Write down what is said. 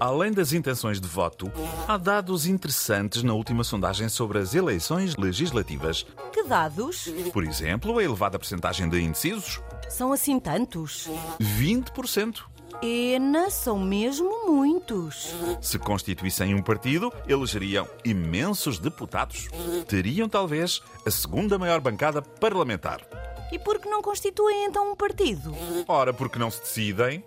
Além das intenções de voto, há dados interessantes na última sondagem sobre as eleições legislativas. Que dados? Por exemplo, a elevada percentagem de indecisos, São assim tantos? 20%. Ena, são mesmo muitos. Se constituíssem um partido, elegeriam imensos deputados. Teriam, talvez, a segunda maior bancada parlamentar. E por que não constituem então um partido? Ora, porque não se decidem?